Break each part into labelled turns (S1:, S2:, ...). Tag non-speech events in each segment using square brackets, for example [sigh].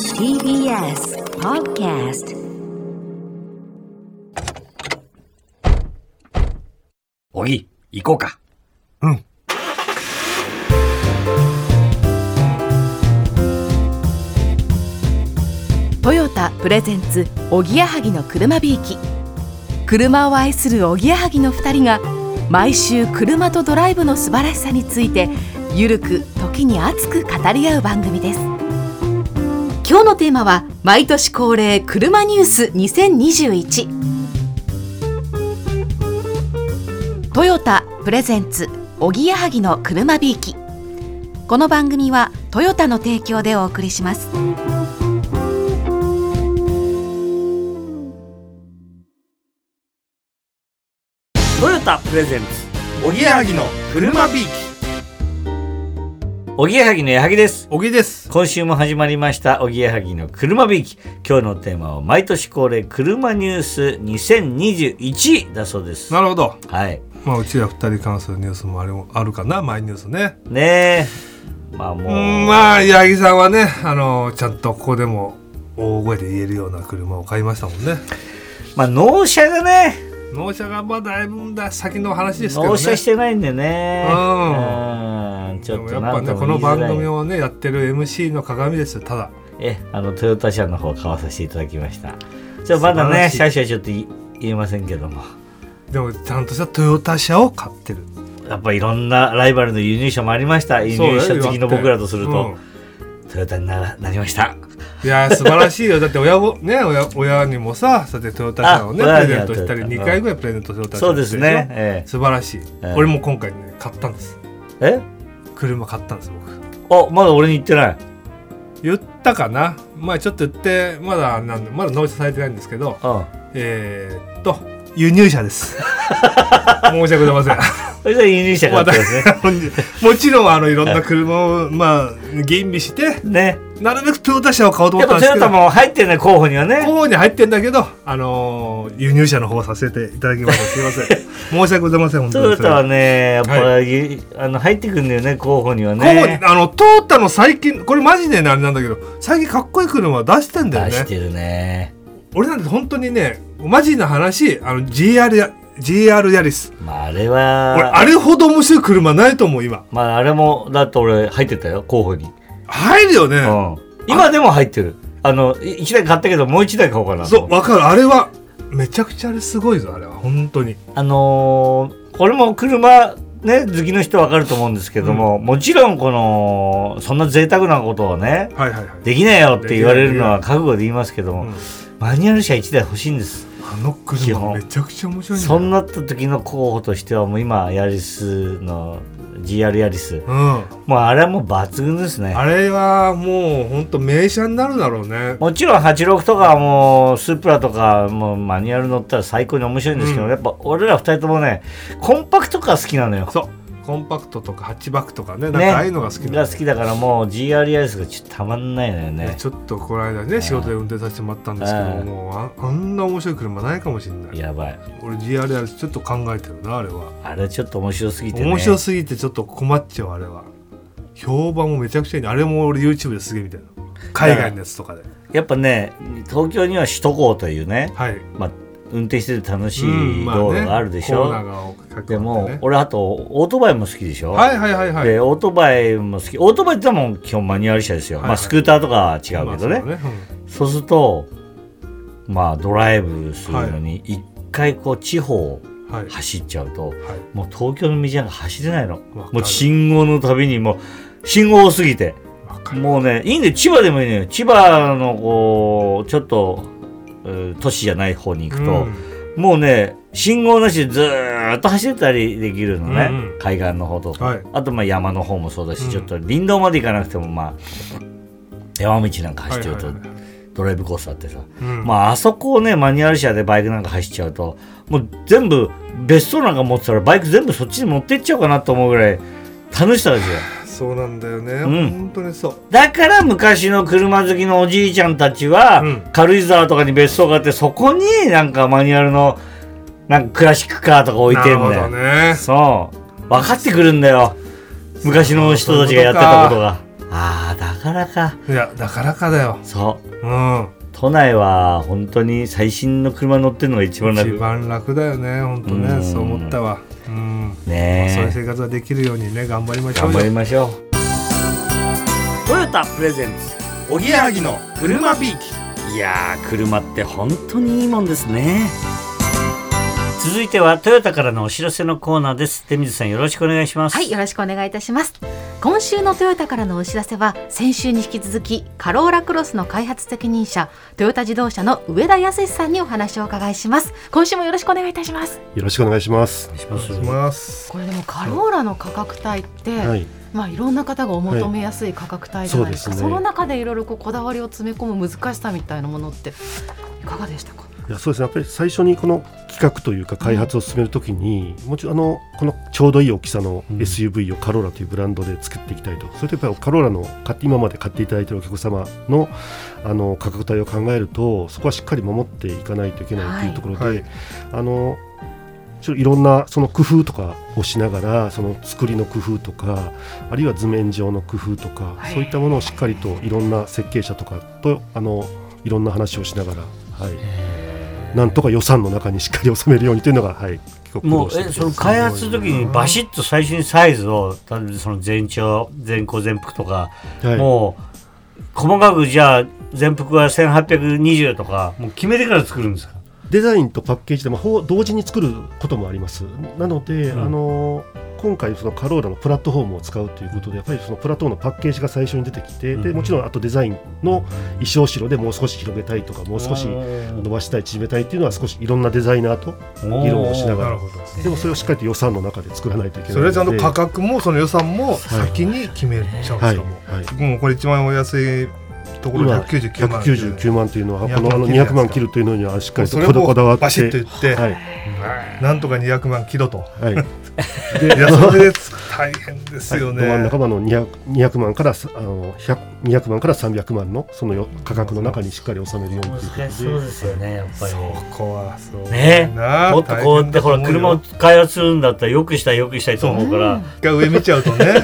S1: TBS Podcast
S2: おぎ、行こうか。
S3: トヨタプレゼンツおぎやはぎの車びいき車を愛するおぎやはぎの2人が毎週車とドライブの素晴らしさについてゆるく時に熱く語り合う番組です今日のテーマは毎年恒例車ニュース2021トヨタプレゼンツおぎやはぎの車びいきこの番組はトヨタの提供でお送りします
S2: トヨタプレゼンツ。
S4: おぎやはぎの車ビーキ
S2: おぎやはぎのやはぎです。
S4: おぎです
S2: 今週も始まりました、おぎやはぎの車びいき。今日のテーマは、毎年恒例、車ニュース2021だそうです。
S4: なるほど
S2: はい。
S4: まあうちら二人関するニュースもあれもあるかなマイニュースね
S2: ねえ。まあも
S4: う
S2: う、
S4: んまあ八木さんはねあのちゃんとここでも大声で言えるような車を買いましたもんね
S2: まあ納車がね、
S4: 納車がまあだいぶだ先の話ですけどね
S2: 納車してないんでね。
S4: うん
S2: うんちょっ
S4: で
S2: と
S4: もや
S2: な
S4: っぱ
S2: ん
S4: ね
S2: とも言い
S4: この
S2: づらい
S4: 番組をねやってる MC の鏡ですよただ
S2: え、あの、トヨタ社の方買わさせていただきました。ちょ、まだね、
S4: 素晴ら
S2: 車
S4: しい
S2: 種はちょっとい言えませんけども。
S4: でもちゃんとしたトヨタ車を買ってる
S2: やっぱいろんなライバルの輸入車もありました。輸入車好きの僕らとする
S4: そうだよ
S2: と
S4: だっ、て
S2: トヨタにななりました。
S4: うんいやー素晴らしいよだって親ごね親親にもささてトヨタ車をね
S2: あ
S4: プレゼントしたり
S2: 親にはトヨタ
S4: 2回ぐらいプレゼントトヨタ車
S2: そうですね。え
S4: 素晴らしい、
S2: ええ
S4: 俺も今回ね買ったんです
S2: ええ
S4: 車買ったんです僕
S2: あ、まだ俺に言ってない。
S4: 言ったかなまあちょっと言ってまだなんでまだ納車されてないんですけど
S2: うん。
S4: えー、っと輸入車です
S2: [laughs]
S4: 申し訳ございません
S2: それじゃ輸入車買ったんですね。
S4: もちろんあのいろんな車をまあ吟味して
S2: ね。
S4: なるべくトヨタ車を買おうと思
S2: やっ
S4: っ
S2: ぱト
S4: たんです
S2: ヨ
S4: け
S2: タ
S4: ど
S2: も入ってるね、候補には
S4: 候
S2: ね。
S4: 補に入ってんだけど、あのー輸入車の方をさせていただきまし
S2: [laughs]
S4: た。すいません。申し訳ございません。本
S2: ト
S4: 当に
S2: ヨ
S4: それ
S2: タ
S4: は
S2: はね、やっぱ、
S4: は
S2: ゆあの入ってくんだよね、候補には
S4: 候補に
S2: ね。
S4: あのトヨタの最近これマジでねあれなんだけど最近かっこいい車出してんだ
S2: 出
S4: よね
S2: してるね。
S4: 俺なんて本当にねマジな話あの GR や GR ヤリス
S2: まあ、あれ
S4: 俺
S2: は、
S4: あれほど面白い車ないと思う今
S2: まあ、あれも、だって俺入ってたよ、候補に。
S4: 入るよ
S2: う
S4: ね
S2: ん。今でも入ってる。あの、い一台買ったけど、もう一台買おうかなと
S4: そ
S2: 思っ
S4: う
S2: て。
S4: わかるあれはめちゃくちゃあれすごいぞあれは本当に
S2: あのーこれも車ね好きの人わかると思うんですけども、もちろんこのそんな贅沢なことをね
S4: はいはいはい
S2: できないよって言われるのは覚悟で言いますけども、
S4: うん
S2: マニュアル車1台欲しいんです、
S4: あの
S2: 基
S4: 車
S2: 本
S4: めちゃくちゃ面白いだよ
S2: そんなった時の候補としてはもう今ヤリスの GR ヤリス
S4: うん
S2: もうあれはもう抜群ですね
S4: あれはもう本当名車になるだろうね。
S2: もちろん86とかもうスープラとかもうマニュアル乗ったら最高に面白いんですけど、
S4: うん
S2: やっぱ俺ら2人ともねコンパクトが好きなのよ
S4: そう。コンパクトとかハッチバックとかね、なん
S2: ね
S4: かああいうのが好きな
S2: が
S4: の
S2: 好きだからもう GRES がちょっとたまんないのよね
S4: ちょっとこの間ね、仕事で運転させてもらったんですけど、
S2: うん
S4: もうああんな面白い車ないかもしれない。
S2: やばい
S4: 俺 GRR ちょっと考えてるな、あれは。
S2: あれちょっと面白すぎてね
S4: 面白すぎてちょっと困っちゃう、あれは。評判もめちゃくちゃいいね。あれも俺 YouTube ですげえみたいな。海外のやつとかで。
S2: やっぱね東京には首都高というね、
S4: はい。
S2: まあ、運転してて楽し
S4: うん
S2: い
S4: まあね
S2: 道路があるでし
S4: コー
S2: ょ、
S4: ナーが多く書く
S2: でも、
S4: ね
S2: 俺あとオートバイも好きでしょ、
S4: はいはいはいはい。
S2: でオートバイも好きオートバイってもう基本マニュアル車ですよ、
S4: はいはい
S2: まあ、スクーターとかは違う
S4: まあ
S2: け
S4: そ
S2: ど
S4: う
S2: ね,、
S4: だ
S2: そう
S4: ね
S2: するとまあドライブするのに一回こう地方を
S4: うんはい。
S2: 走っちゃうと、
S4: はい
S2: もう東京の道なんか走れないの。
S4: わかる
S2: もう信号のたびにもう信号多すぎて。
S4: わかる。
S2: もうね、いいんだよ。千葉でもいいのよ。千葉のこう、ちょっと、えー都市じゃない方に行くと、
S4: うん
S2: もうね、信号なしでずーっと走ってたりできるのね。
S4: うんうん
S2: 海岸の方とか。
S4: はい
S2: あとまあ山の方もそうだし、
S4: うん
S2: ちょっと林道まで行かなくてもまあ、山道なんか走ってると、
S4: はいはいはい
S2: ドライブコースあってさ。
S4: うん
S2: まあ、あそこをね、マニュアル車でバイクなんか走っちゃうと、もう全部、別荘なんか持ってたら、バイク全部そっちに持ってっちゃうかなと思うぐらい、楽しさですよ。
S4: そうなんだよね、
S2: ん
S4: 本当にそう
S2: だから、昔の車好きのおじいちゃんたちは、
S4: うん
S2: 軽井沢とかに別荘があって、そこになんかマニュアルの、なんかクラシックカーとか置いてんだ
S4: なる
S2: よ。
S4: ほどね
S2: そう。分かってくるんだよ。昔の人たちがやってたことが。ああだからか
S4: いやだからかだよ
S2: そう
S4: うん
S2: 都内は本当に最新の車乗ってるのが一番
S4: 一
S2: 楽
S4: 番楽だよね本当
S2: うん
S4: ねそう思ったわうん、まあそういう
S2: ねえ
S4: 生活ができるようにね頑張りましょ
S2: 頑
S4: う
S2: 張
S4: よ
S2: りましょうトヨタプレゼンツおぎやはぎの車ビーキいやー車って本当にいいもんですね続いてはトヨタからのお知らせのコーナーです手水さんよろしくお願いします
S5: はい、よろしくお願いいたします。今週のトヨタからのお知らせは、先週に引き続き、カローラクロスの開発責任者、トヨタ自動車の上田康さんにお話をお伺いします。今週もよろしくお願いいたします。
S6: よろしくお願いします。
S2: お願いし
S4: お
S2: ます
S4: 願いします
S5: これでもカローラの価格帯って、
S6: はい、
S5: まあいろんな方がお求めやすい価格帯じゃないですか。
S6: はい
S5: そ
S6: そうですね
S5: の中でいろいろこうこだわりを詰め込む難しさみたいなものっていかがでしたか。
S6: いやそうですね。やっぱり最初にこの企画というか開発を進めるときに、もちろんあのこのちょうどいい大きさの
S2: うん
S6: SUV をカローラというブランドで作っていきたいと。それとやっぱりカローラの買って今まで買っていただいているお客様のあの価格帯を考えると、そこはしっかり守っていかないといけないというところで、
S4: はいはい
S6: あの。ちょっといろんなその工夫とかをしながらその作りの工夫とかあるいは図面上の工夫とか、
S5: はい
S6: そういったものをしっかりといろんな設計者とかとあのいろんな話をしながら、はい、なんとか予算の中にしっかり収めるようにというのが、はい、結構苦
S2: もう
S6: 労して
S2: え
S6: る
S2: その開発の時にバシッと最初にサイズを例えばその全長全高全幅とか、
S6: はい
S2: もう細かくじゃあ全幅は1820とかもう決めてから作るんですか
S6: デザインとパッケージで、まあ、ほう同時に作ることもありますなので、
S2: うん
S6: あの今回そのカローラのプラットフォームを使うということでやっぱりそのプラットフォームのパッケージが最初に出てきて、
S2: うん
S6: でもちろんあとデザインの衣装白でもう少し広げたいとかもう少し
S2: うん
S6: 伸ばしたい縮めたいっていうのは少しいろんなデザイナーと議論をしなが
S4: なる
S6: ら
S4: ほど
S6: でもそれをしっかりと予算の中で作らないといけない
S4: それはちゃんと価
S6: か
S4: 格もその予算も先に決めちゃうんで
S6: は
S4: すか
S6: い、は
S4: も
S6: いう
S4: もうこれ一番お安いところ
S6: 今
S4: 199万
S6: 199万というのはこのあの
S4: 200
S6: 200
S4: 万
S6: 万切るというのにはしっかりと
S4: それ
S6: こだこだわ
S4: も
S6: って
S4: バシッと言って、
S6: はい
S4: なんとか200万キロと [laughs]
S6: はい
S4: いやそれで大変ですよね、
S6: ど真ん中のあの 200, 200万からさあの100 200万から300万のそのよ価格の中にしっかり収めるようにということ
S2: 難しそうですよねやっぱり
S4: そこはそう
S2: ね
S4: な
S2: もっとこうやってほら車を
S4: を
S2: 開発するんだったらよくしたいよくしたいと思うから
S4: 一回上見ちゃうとねもう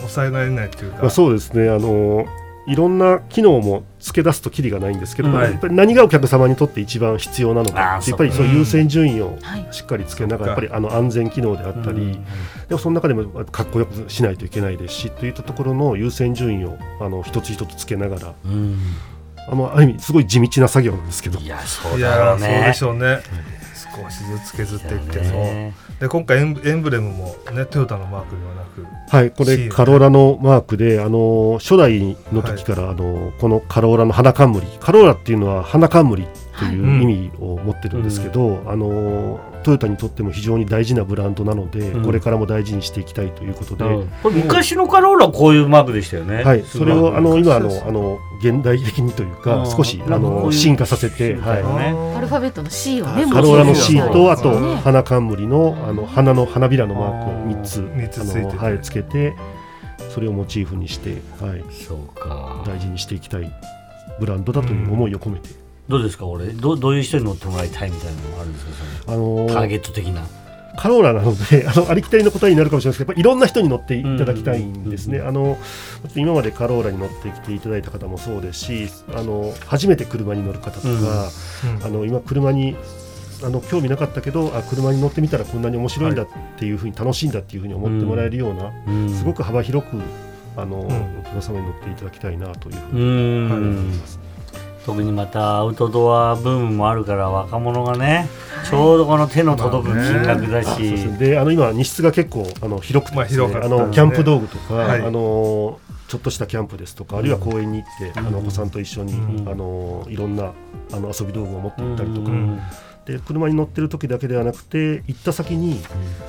S4: 抑えられないっていうか、
S6: まあ、そうですねあのいろんな機能も付け出すとキリがないんですけれども、
S4: はい
S6: やっぱり何がお客様にとって一番必要なの
S2: あ
S6: か
S2: ー
S6: やっぱり
S2: そ
S6: そうの
S4: か
S6: 優先順位を
S5: はい
S6: しっかりつけながら
S4: そっ
S6: やっ
S4: か
S6: ぱりあの安全機能であったり、
S2: うん
S6: でもその中でもかっこよくしないといけないですしといったところの優先順位をあの一つ一つつけながらあのある意味すごい地道な作業なんですけど
S2: いやそう
S4: い
S2: だろ
S4: や
S2: う
S4: ーそうで
S2: ね
S4: しょうね少しずつ削っていってそう
S2: ね
S4: で今回エンブエンブレムもねトヨタのマークではなく
S6: はい、こ
S4: シール
S6: れ
S4: ね
S6: カローラのマークで、あの初代の時から、あのこのカローラの花冠カローラっていうのは花冠ってい
S4: はいう
S6: 意味を持ってるんですけど、あのトヨタにとっても非常に大事なブランドなので、
S2: うん
S6: これからも大事にしていきたいということで、
S2: うんこれ昔のカローラはこういうマークでしたよね、
S6: はい、それをあの今あ
S4: そうそ
S6: のあの現代的にという
S2: う
S6: か
S2: ん
S6: 少しあ
S2: なんかこうい
S6: の
S2: う
S6: 進化させて、はい、
S2: そうね
S5: アルファベットの C をね。
S6: カローラの
S5: 文字
S6: C
S5: にしたり
S6: とあ
S5: そ
S6: と
S5: うね
S6: 花冠のあの花の花びらのマークを3つ
S4: 三つ
S6: あ
S4: ついて
S6: の
S4: て
S6: はいつけてそれをモチーフにしてはい。
S2: そうか
S6: 大事にしていきたいブランドだという思いを込めて、
S2: どうですか俺どどういう人に乗ってもらいたいみたいなのもあるんですかその
S6: あのー
S2: ターゲット的な
S6: カローラなので [laughs] あのありきたりの答えになるかもしれないですけどやっぱりいろんな人に乗っていただきたいんですね、
S2: うん
S6: あのもちろん今までカローラに乗ってきていただいた方もそうですしあの初めて車に乗る方とか、
S2: うん
S6: あの今車にあの興味なかったけどあ車に乗ってみたらこんなに面白いんだっていうふうに、楽しいんだっていうふうに思ってもらえるような、すご
S2: く
S6: く幅広くあの、お
S4: ん
S6: 客様に乗っていただきたいなというふう
S2: う
S6: に
S2: ん、
S6: はい思います。
S2: 特にまたアウトドアブームもあるから若者がねちょうどこの手の届く金額だ
S6: そうです
S2: し、
S6: ねであの今、荷室が結構あの広くてですね、
S4: まあ広かった
S6: あ
S4: ですね
S6: のキャンプ道具とか、
S4: はい
S6: あのちょっとしたキャンプですとか、あるいは公園に行って、あのお子さんと一緒に、
S2: うん
S6: あのいろんなあの遊び道具を持って行ったりと
S2: う
S6: か、
S2: ん
S6: で車に乗ってる時だけではなくて、行った先に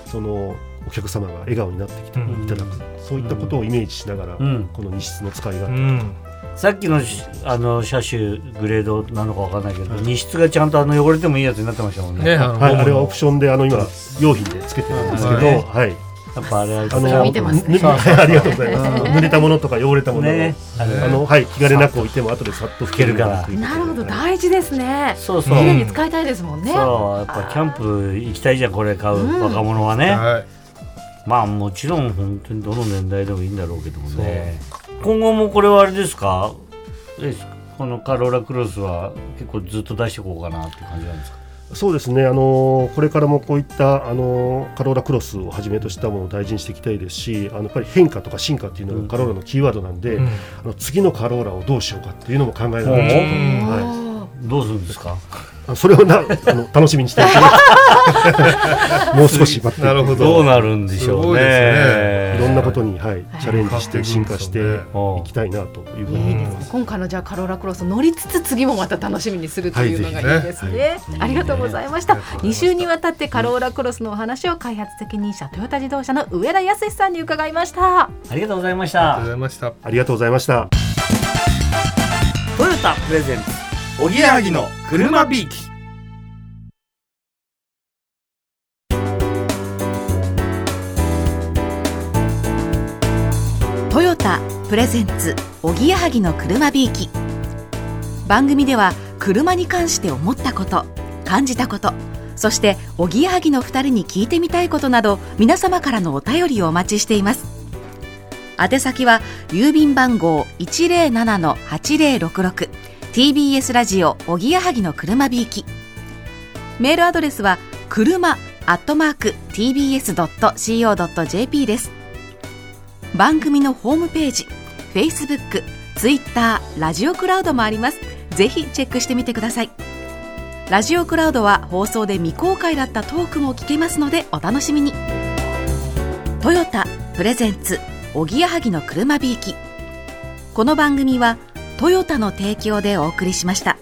S6: そのお客様が笑顔になってきてい
S4: うん
S6: ただく、そういったことをイメージしながら、
S2: うん
S6: この荷室の使い方、
S4: うん
S2: さっきのしあの車種グレードなのかわかんないけど、荷室がちゃんとあの汚れてもいいやつになってましたもんね
S4: ね
S2: やっ
S4: の
S6: はい、あれ
S4: ゴム
S6: は
S4: の
S6: オプションであの今、用品でつけてるんですけど、
S4: はい
S6: はい、
S2: ぱあれは
S6: あ
S5: それを
S6: の
S5: 見てます
S6: ぬぬ [laughs] ありがとうございます。濡れたものとか汚れたものを
S2: ねあれ
S6: あのはい、気兼ねなく置いても後でさっと拭けるからということで
S5: なるほど、大事ですね。
S2: そう
S5: 綺
S2: そう、
S5: 麗に使いたいですもんね。
S2: そうやっぱキャンプ行きたいじゃんこれ買う若者はね、
S4: はい
S2: まあもちろん本当にどの年代でもいいんだろうけどもね今後もこれはあれですかですこのカローラクロスは結構ずっと出していこうかなっていう感じなんですか
S6: そうですね、あのこれからもこういった、あのカローラクロスをはじめとしたものを大事にしていきたいですしあのやっぱり変化とか進化っていうのがカローラのキーワードなんで、
S4: うん
S6: あの次のカローラをどうしようかっていうのも考えながらちょっと、はい、
S2: どうするんですか
S6: あそれをなあの楽しみにしていただい [laughs] てもう少し待ってい
S4: なるほど
S2: どうなるんでしょうね
S4: すごいで
S6: ろんなこととに、はい、チャレンジして進化していきたいなというふうに思います。
S5: 今回のじゃあカローラクロス乗りつつ次もまた楽しみにするというのが
S4: はい
S5: い
S4: い
S5: い
S4: い
S5: で
S4: ですす
S5: ね,、
S4: ね
S5: ありがとうございました
S4: ありがとうご
S5: 2
S4: ざいました
S5: 週にわたってカローラクロスのお話を開発責任者トヨタ自動車の上田康さんに伺いました
S2: ありがとうございまし
S4: あり
S2: た
S4: がとうございました
S6: ありがとうございました。
S2: トヨタプレゼンツ
S7: おぎやはぎの車ビーキ
S3: トヨタプレゼンツおぎやはぎの車びいき番組では車に関して思ったこと感じたことそしておぎやはぎの2人に聞いてみたいことなど皆様からのお便りをお待ちしています宛先は郵便番号 107-8066TBS ラジオおぎやはぎの車びいきメールアドレスは車アットマーク TBS.CO.jp です番組のホームページ Facebook、Twitter、ラジオクラウドもありますぜひチェックしてみてくださいラジオクラウドは放送で未公開だったトークも聞けますのでお楽しみにトヨタプレゼンツおぎやはぎの車びいきこの番組はトヨタの提供でお送りしました